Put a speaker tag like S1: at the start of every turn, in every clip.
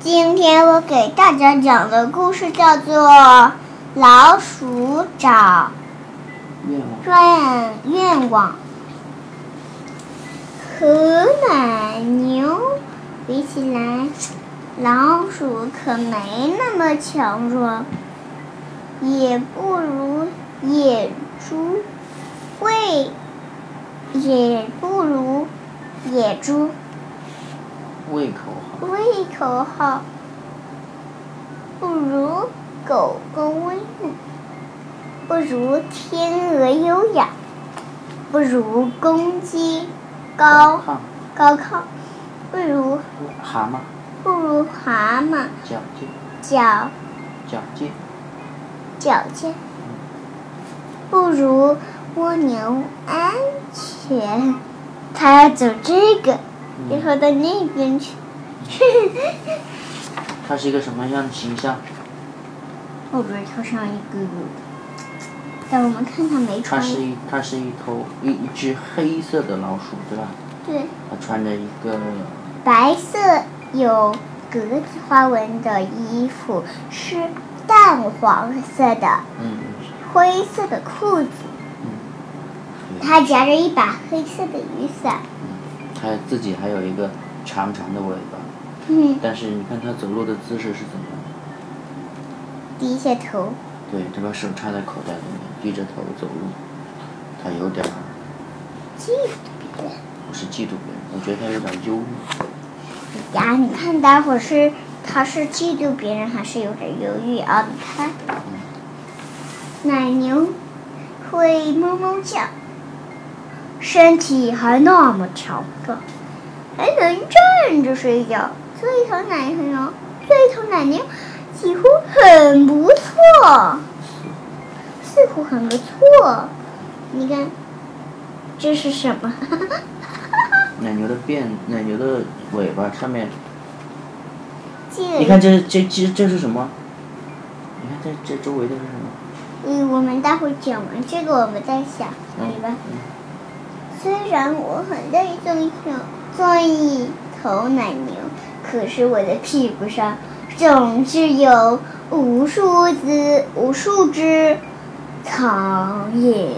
S1: 今天我给大家讲的故事叫做《老鼠找
S2: 愿望。
S1: 愿愿望》。和奶牛比起来，老鼠可没那么强壮，也不如野猪会，也不如野猪。
S2: 胃口好，
S1: 胃口好，不如狗狗温暖，不如天鹅优雅，不如公鸡高
S2: 胖，
S1: 高亢，不如
S2: 蛤蟆，
S1: 不如蛤蟆
S2: 矫健，
S1: 脚
S2: 矫健，
S1: 矫健，不如蜗牛安全。他要走这个，然
S2: 嗯，
S1: 后到那边去。
S2: 它是一个什么样的形象？
S1: 后边套上一个，但我们看他没
S2: 它
S1: 穿。
S2: 是一，它是一头一一只黑色的老鼠，对吧？
S1: 对，
S2: 它穿着一个
S1: 白色有格子花纹的衣服是淡黄色的，
S2: 嗯
S1: 灰色的裤子，
S2: 嗯，
S1: 它夹着一把黑色的雨伞。
S2: 它自己还有一个长长的尾巴，
S1: 嗯，
S2: 但是你看它走路的姿势是怎么样？
S1: 低下头，
S2: 对，它把手插在口袋里面，低着头走路，它有点儿
S1: 嫉妒别人。
S2: 不是嫉妒别人，我觉得它有点儿忧郁，
S1: 呀，你看，待会儿是他是嫉妒别人，还是有点犹豫啊？你看，奶牛会哞哞叫，身体还那么强壮，还能站着睡觉。这一头奶牛，这一头奶牛几乎很不错，似乎很不错。你看，这是什么？
S2: 奶牛的辫，奶牛的尾巴上面
S1: 这
S2: 你看这这这这是什么？你看这这周围的是什么？
S1: 嗯，我们待会儿讲完这个，我们再想，
S2: 嗯
S1: 对吧？
S2: 嗯
S1: 虽然我很乐意做一头做一头奶牛，可是我的屁股上总是有无数只无数只苍蝇，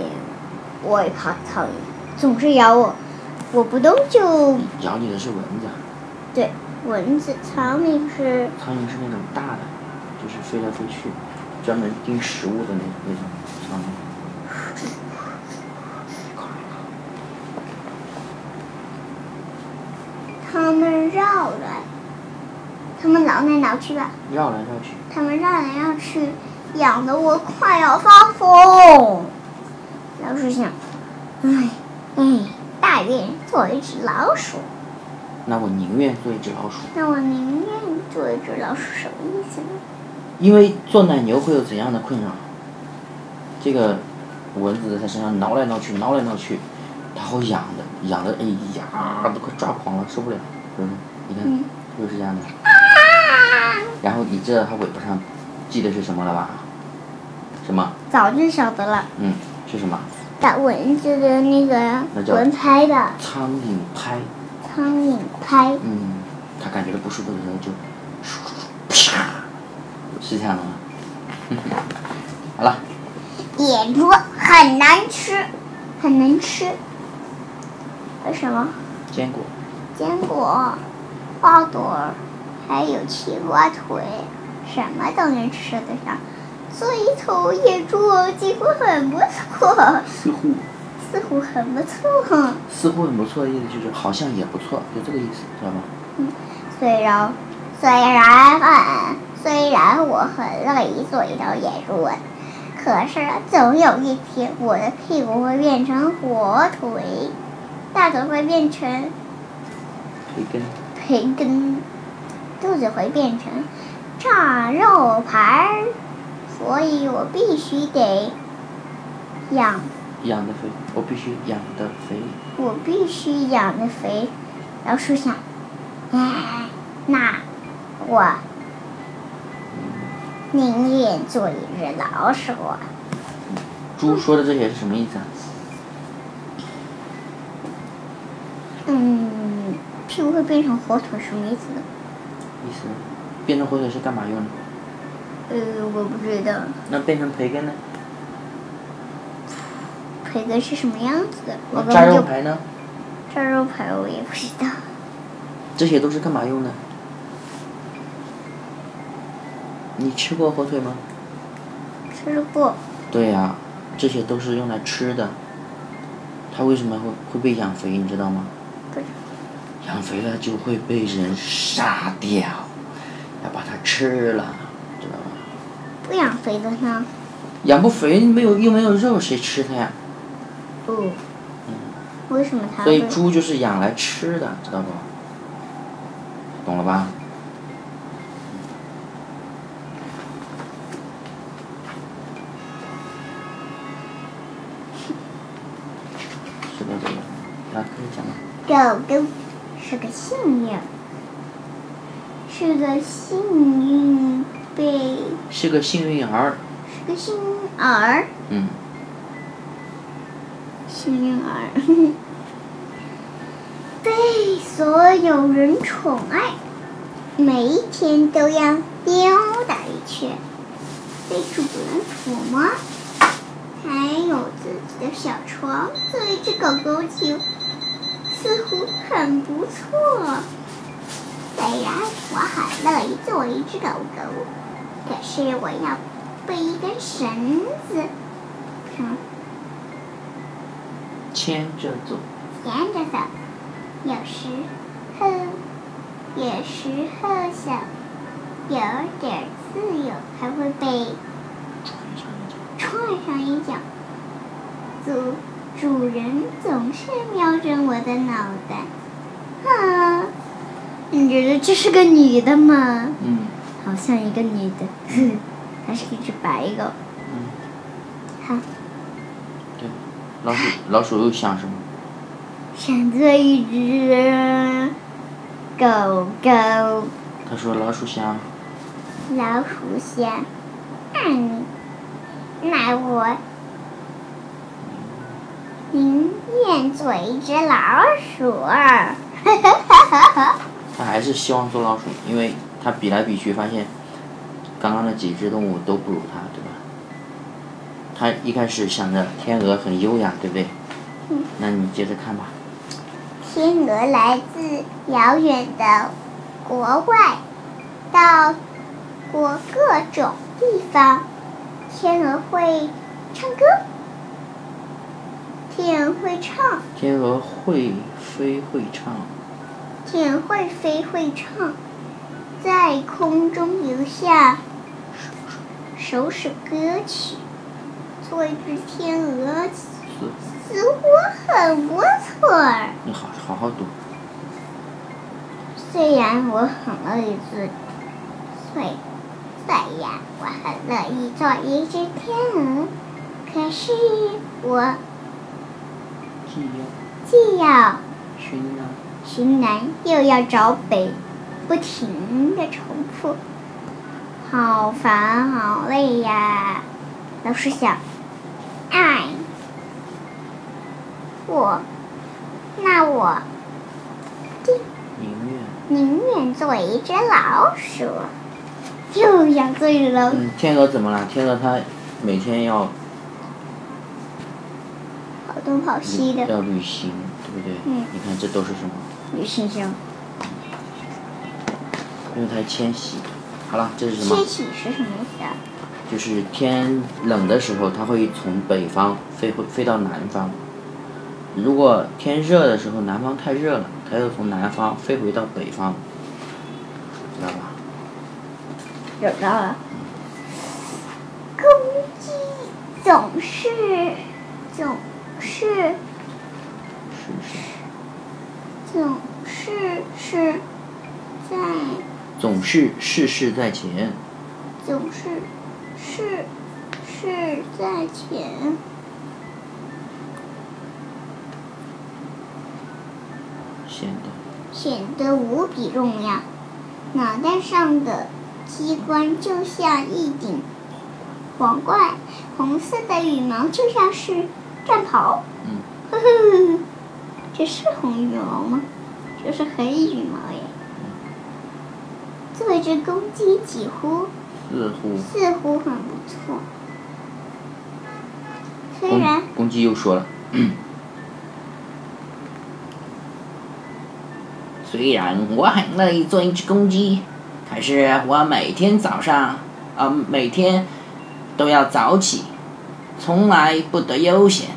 S1: 我也怕苍蝇，总是咬我，我不动就
S2: 咬你的是蚊子，
S1: 对蚊子、苍蝇是
S2: 苍蝇是那种大的，就是飞来飞去，专门盯食物的那那种苍蝇。
S1: 它们绕来，它们挠来挠去吧。
S2: 绕来绕去，
S1: 他们绕来绕去，痒得我快要发疯。老鼠想，唉，唉，大愿做一只老鼠，
S2: 那我宁愿做一只老鼠，
S1: 那我宁愿做一只老鼠，什么意思呢？
S2: 因为做奶牛会有怎样的困扰？这个蚊子在它身上挠来挠去，挠来挠去，它好痒的，痒的哎呀，都快抓狂了，受不了，是不是？你看，
S1: 嗯
S2: 又是这样的。
S1: 啊！
S2: 然后你知道它尾巴上系的是什么了吧？什么？
S1: 早就晓得了，
S2: 嗯，是什么？
S1: 打蚊子的那
S2: 那
S1: 个
S2: 叫
S1: 蚊拍的
S2: 苍蝇拍。
S1: 苍蝇拍，
S2: 嗯，它感觉到不舒服的时候就，啪，是这样的吗？嗯 好了，
S1: 野猪很难吃，很难吃。为什么？
S2: 坚果，
S1: 坚果、啊花朵儿，还有西瓜腿，什么都能吃得上。做一头野猪几乎很不错，
S2: 似乎
S1: 似乎很不错。
S2: 似乎很不错的意思就是好像也不错，就这个意思，知道吗？
S1: 虽然虽然很虽然我很乐意做一头野猪，可是啊总有一天我的屁股会变成火腿，大腿会变成
S2: 培根，
S1: 培根，肚子会变成炸肉排儿，所以我嗯必须得养，
S2: 养的肥，我必须养的肥。
S1: 我必须养的肥。老鼠想，哎，那我宁愿做一只老鼠。
S2: 猪说的这些是什么意思啊？
S1: 嗯，屁股会变成火腿什么意思呢？
S2: 意思变成火腿是干嘛用的？
S1: 呃，我不知道
S2: 那变成培根呢？
S1: 培根是什么样子的， 我根
S2: 那
S1: 本
S2: 炸肉
S1: 就
S2: 排呢？
S1: 炸肉排我也不知道。
S2: 这些都是干嘛用的？你吃过火腿吗？
S1: 吃过，
S2: 对呀、这些都是用来吃的。它为什么会会被养肥？你知道吗？
S1: 不知
S2: 养肥了就会被人杀掉，要把它吃了，知道吗？
S1: 不养肥的呢？
S2: 养不肥，没有又没有肉，谁吃它呀？
S1: 不。为什么它
S2: 嗯所
S1: 会
S2: 以？猪就是养来吃的，知道不？懂了 吧？是的，这个，那可以讲了。
S1: 狗狗是个幸运，是个幸运被，
S2: 是个幸运儿，
S1: 是个幸运儿，
S2: 嗯，
S1: 幸运儿， 被所有人宠爱，每一天都要溜达一圈，被主人抚摸，还有自己的小床，做一只狗狗就似乎很不错。虽然我很乐意做一只狗狗，可是我要被一根绳子什么
S2: 牵着走。
S1: 牵着走。有时候，有时候想有点自由，还会被踹上一脚。主主人总是瞄准我的脑袋，啊！你觉得这是个女的吗？
S2: 嗯
S1: 好像一个女的， 它是一只白狗。
S2: 嗯，
S1: 它
S2: 对，老鼠老鼠又想什么？
S1: 想做一只狗狗。
S2: 他说老鼠想，
S1: 老鼠想那你，那我宁愿做一只老鼠儿。
S2: 他还是希望做老鼠，因为他比来比去发现，刚刚那几只动物都不如他，对吧？他一开始想着天鹅很优雅，对不对？
S1: 嗯
S2: 那你接着看吧。
S1: 天鹅来自遥远的国外，到过各种地方。天鹅会唱歌，天鹅会唱，
S2: 天鹅会飞会唱，
S1: 天鹅会飞会唱，在空中留下首首歌曲。做一只天鹅
S2: 是，
S1: 似乎很不错儿。
S2: 你好好好读。
S1: 虽然我很乐意做，虽虽然我很乐意做一只天鹅，可是我
S2: 既要
S1: 既要
S2: 寻南，
S1: 寻南又要找北，不停的重复，好烦好累呀。老师想，哎，我，那我
S2: 宁愿。
S1: 宁愿做一只老鼠，又想做一只老鼠。
S2: 嗯，天鹅怎么了？天鹅它每天要
S1: 跑东跑西的
S2: 要旅行，对不对？
S1: 嗯
S2: 你看这都是什么？
S1: 女猩猩。
S2: 因为它迁徙。好了，这是什么
S1: 迁？徙是什么意思啊？
S2: 就是天冷的时候，它会从北方飞回飞到南方；如果天热的时候，南方太热了，它又从南方飞回到北方，知道吧？
S1: 有到了。公鸡总是总是
S2: 是是，
S1: 总是是在
S2: 总是事事在前，
S1: 总是是是在前。
S2: 显得
S1: 显得无比重要。脑袋上的机关就像一顶皇冠，红色的羽毛就像是战袍。
S2: 嗯
S1: 呵呵， 这是红羽毛吗？这是黑羽毛耶。做一只公鸡几乎
S2: 似乎
S1: 似乎很不错。虽
S2: 公
S1: 然
S2: 公鸡又说了， 虽然我很乐意做一只公鸡，可是我每天早上，啊、每天都要早起，从来不得悠闲。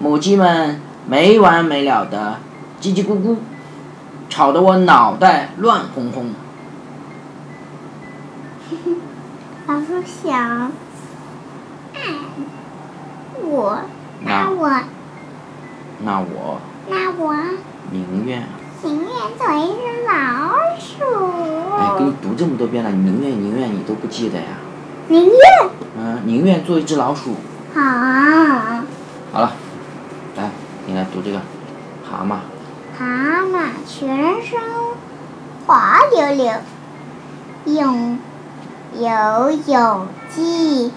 S2: 母鸡们没完没了的叽叽咕咕，吵得我脑袋乱哄哄。
S1: 老鼠想，那我那
S2: 那
S1: 我
S2: 那我
S1: 那我
S2: 宁愿，
S1: 情愿做一只老
S2: 哎，给你
S1: 鼠，
S2: 读这么多遍了，你宁愿宁愿你都不记得呀？
S1: 宁愿
S2: 嗯，宁愿做一只老鼠。
S1: 好。
S2: 好了，来，你来读这个蛤蟆。
S1: 蛤蟆全身滑溜溜，泳游泳技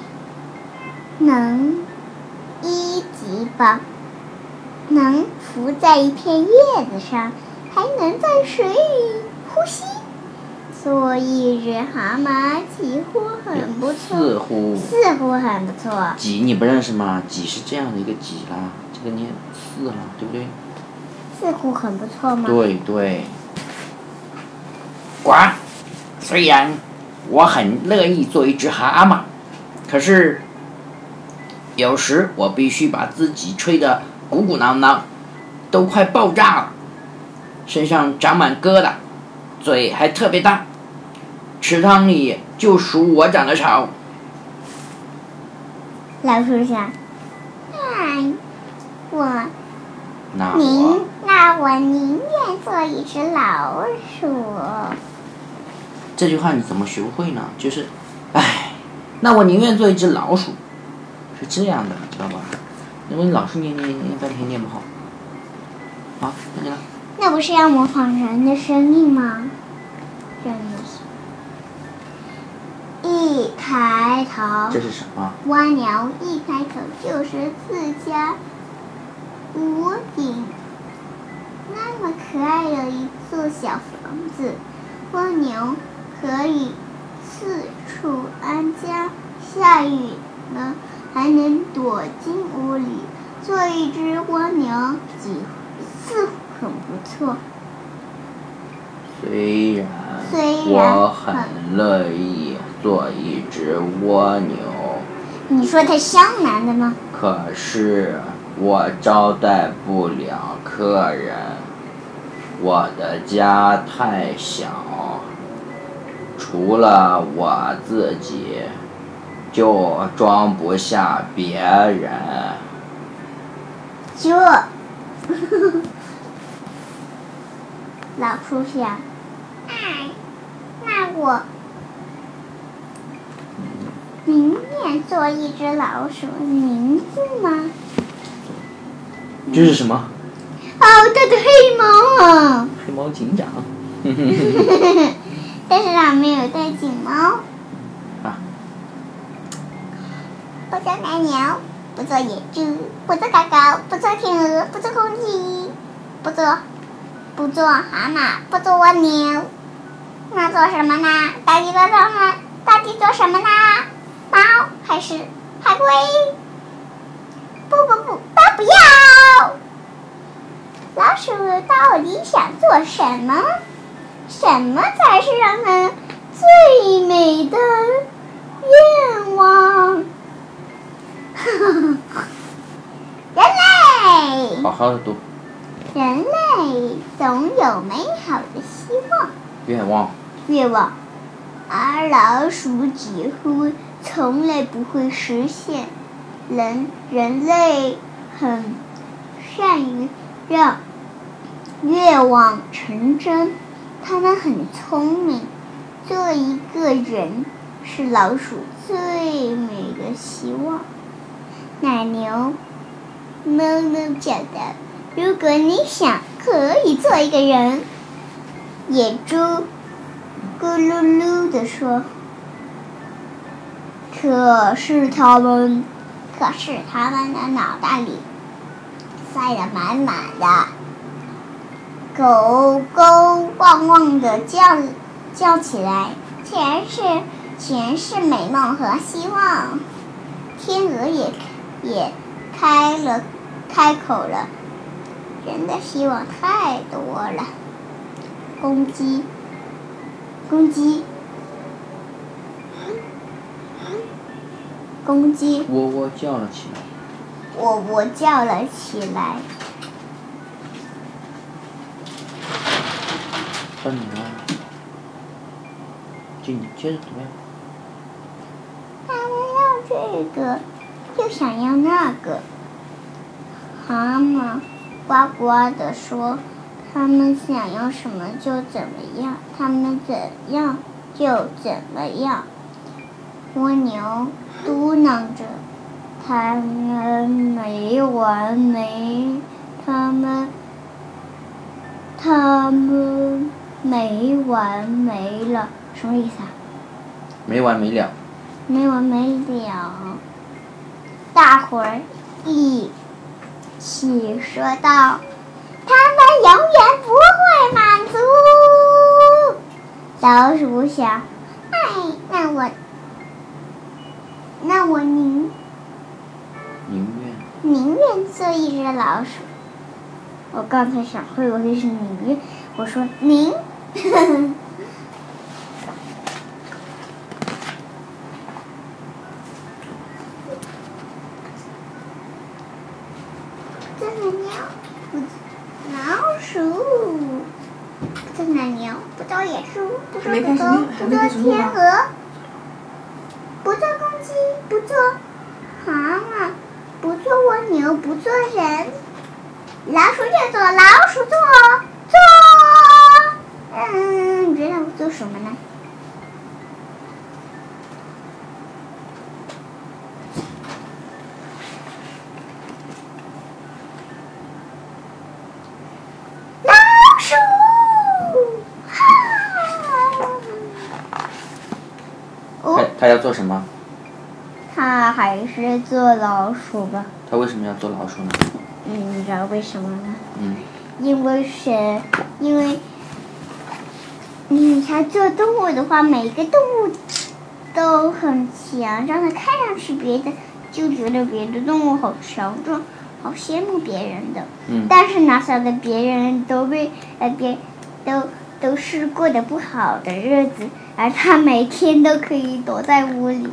S1: 能一级棒，能浮在一片叶子上，还能在水里呼吸。做一只蛤蟆几乎很哎不错，
S2: 似乎
S1: 似乎很不错。
S2: 几你不认识吗？几是这样的一个几啦，这个念四啦，对不对？
S1: 似乎很不错吗？
S2: 对对。呱，虽然我很乐意做一只蛤蟆，可是有时我必须把自己吹得鼓鼓囊囊，都快爆炸了，身上长满疙瘩，嘴还特别大，池塘里就数我长得丑。
S1: 老鼠想，哎，我啊
S2: 那我
S1: 您，那我宁愿做一只老鼠。
S2: 这句话你怎么学会呢？就是，唉，那我宁愿做一只老鼠，是这样的，知道吧？因为你老是念念念半天念不好。好，那你呢？
S1: 那不是要模仿人的声音吗？真的是。一开头
S2: 这，是什么？
S1: 蜗牛一开头就是自家屋顶，那么可爱的一座小房子，蜗牛可以四处安家。下雨了还能躲进屋里，做一只蜗牛，几似乎很不错。
S2: 虽然
S1: 虽然
S2: 我很乐意做一只蜗牛，
S1: 你说它像男的吗？
S2: 可是我招待不了客人，我的家太小，除了我自己，就装不下别人。
S1: 这， 老鼠想，哎，那我宁愿做一只老鼠，名字吗？
S2: 这是什么？
S1: 哦，它的黑猫啊，
S2: 黑猫警长。
S1: 但是它没有戴哦警帽。
S2: 啊，
S1: 不做奶牛，不做野猪，不做狗狗，不做天鹅，不做公鸡，不做不做蛤蟆，不做蜗牛，那做什么呢？大鸡做什么？大鸡做什么呢？猫还是海龟？不不不，都不要！老鼠到底想做什么？什么才是让人最美的愿望？ 人类，
S2: 好好的读
S1: 人类总有美好的希望、
S2: 愿望。
S1: 愿望，而老鼠几乎从来不会实现。人人类很善于让愿望成真，他们很聪明。做一个人是老鼠最美的希望。奶牛哞哞叫道：“如果你想，可以做一个人。”野猪咕噜噜地说：“可是他们，可是他们的脑袋里塞得满满的。”狗狗汪汪地叫叫起来，全是全是美梦和希望。天鹅也也开了开口了，人的希望太多了。公鸡，公鸡，公鸡，
S2: 喔喔叫了起来。
S1: 我我叫了起来。
S2: 笨啊！就你接着读呀。
S1: 他们要这个，又想要那个。蛤蟆呱呱地说：“他们想要什么就怎么样，他们怎样就怎么样。”蜗牛嘟囔着：“他们没完没，他们，他们没完没了，什么意思啊？”
S2: 没完没了。
S1: 没完没了。大伙儿一起说道：“他们永远不会满足。”老鼠想：“哎，那我，那我宁
S2: 宁愿
S1: 宁愿做一只老鼠。”我刚才想会我就是宁愿，我说宁。这奶牛，不啊老鼠，这奶牛，啊不招野猪，不做
S3: 没
S1: 狗
S3: 开始
S1: 狗
S3: 念，还
S1: 不
S3: 没
S1: 做
S3: 开始录
S1: 天
S3: 吧
S1: 鹅，不做公鸡，不做蛤蟆，不做蜗牛，不做人，老鼠就做，老鼠做做，嗯，你知道我做什么呢？老鼠，哈！
S2: 他
S1: 哦，
S2: 他要做什么？
S1: 他还是做老鼠吧。
S2: 他为什么要做老鼠呢？
S1: 嗯，你知道为什么吗？
S2: 嗯，
S1: 因为神，因为，嗯，它做动物的话，每一个动物都很强壮，它看上去别的就觉得别的动物好强壮，好羡慕别人的。
S2: 嗯
S1: 但是拿小的别人都被呃别都都是过得不好的日子，而它每天都可以躲在屋里。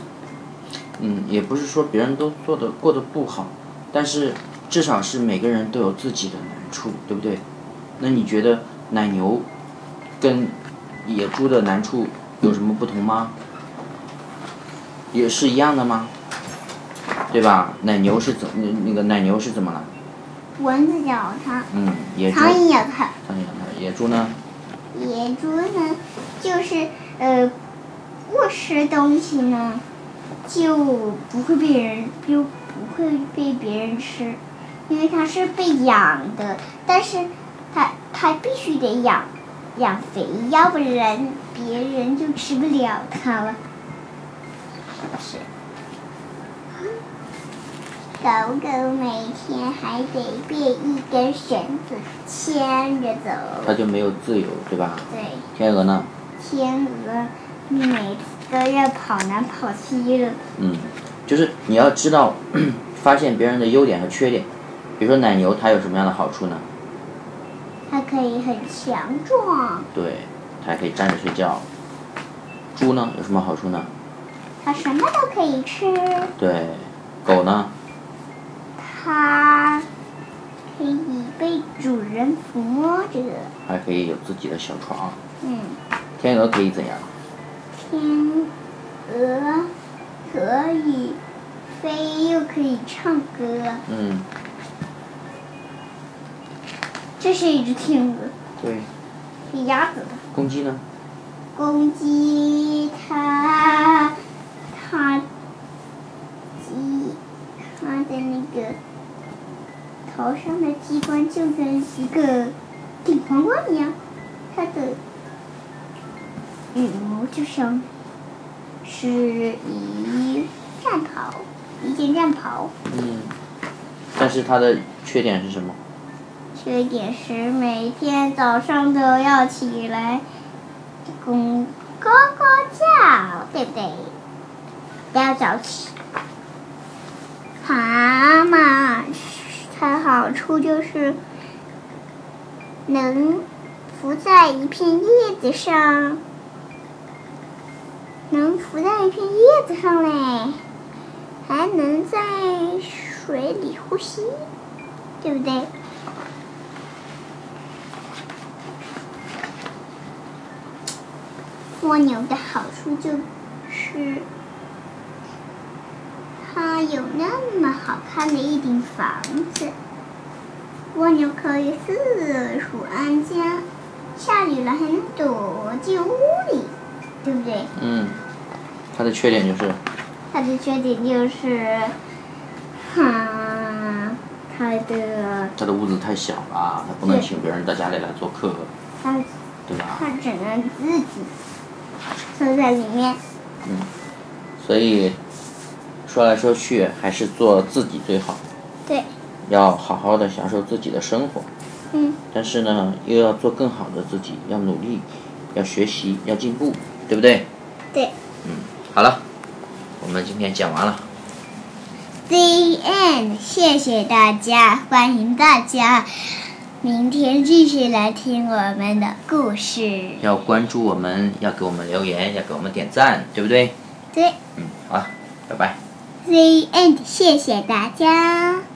S2: 嗯，也不是说别人都做的过得不好，但是至少是每个人都有自己的难处，对不对？那你觉得奶牛跟野猪的难处有什么不同吗？也是一样的吗？对吧？奶牛是怎那那个奶牛是怎么了？
S1: 蚊子咬它，
S2: 嗯，野猪，
S1: 苍蝇咬它。
S2: 苍蝇咬它野猪呢？
S1: 野猪呢，就是呃，不吃东西呢，就不会被人就不会被别人吃，因为它是被养的，但是它它必须得养养肥，要不然别人就吃不了它了。是。狗狗每天还得被一根绳子牵着走。
S2: 它就没有自由，对吧？
S1: 对，
S2: 天鹅呢？
S1: 天鹅每次都要跑来跑去的。
S2: 嗯，就是你要知道发现别人的优点和缺点。比如说奶牛，它有什么样的好处呢？
S1: 它可以很强壮，
S2: 对，它还可以站着睡觉。猪呢有什么好处呢？
S1: 它什么都可以吃，
S2: 对，狗呢？
S1: 它可以被主人抚摸着。
S2: 还可以有自己的小床。
S1: 嗯，
S2: 天鹅可以怎样？
S1: 天鹅可以飞，又可以唱歌。
S2: 嗯，
S1: 这是一只天鹅，
S2: 对。
S1: 是鸭子的。
S2: 公鸡呢？
S1: 公鸡它它鸡它的那个头上的机关就跟一个顶皇冠一样，它的羽毛就像是一战袍，一件战袍。
S2: 嗯。但是它的缺点是什么？
S1: 缺点是每天早上都要起来，公咯咯叫，对不对？不要早起。蛤蟆它好处就是能浮在一片叶子上，能浮在一片叶子上嘞，还能在水里呼吸，对不对？蜗牛的好处就是，它有那么好看的一顶房子。蜗牛可以四处安家，下雨了还能躲进屋里，对不对？
S2: 嗯，它的缺点就是，
S1: 它的缺点就是，哈，它的
S2: 它的屋子太小了，它不能请别人到家里来做客，
S1: 它
S2: 对吧？
S1: 它只能自己缩在里面。
S2: 嗯，所以说来说去还是做自己最好，
S1: 对，
S2: 要好好的享受自己的生活，
S1: 嗯，
S2: 但是呢，又要做更好的自己，要努力，要学习，要进步，对不对？嗯
S1: 对。
S2: 好了，我们今天讲完了。
S1: The end，谢谢大家，欢迎大家明天继续来听我们的故事。
S2: 要关注我们，要给我们留言，要给我们点赞，对不对？
S1: 对
S2: 嗯，好了，拜拜。
S1: ，The end，谢谢大家。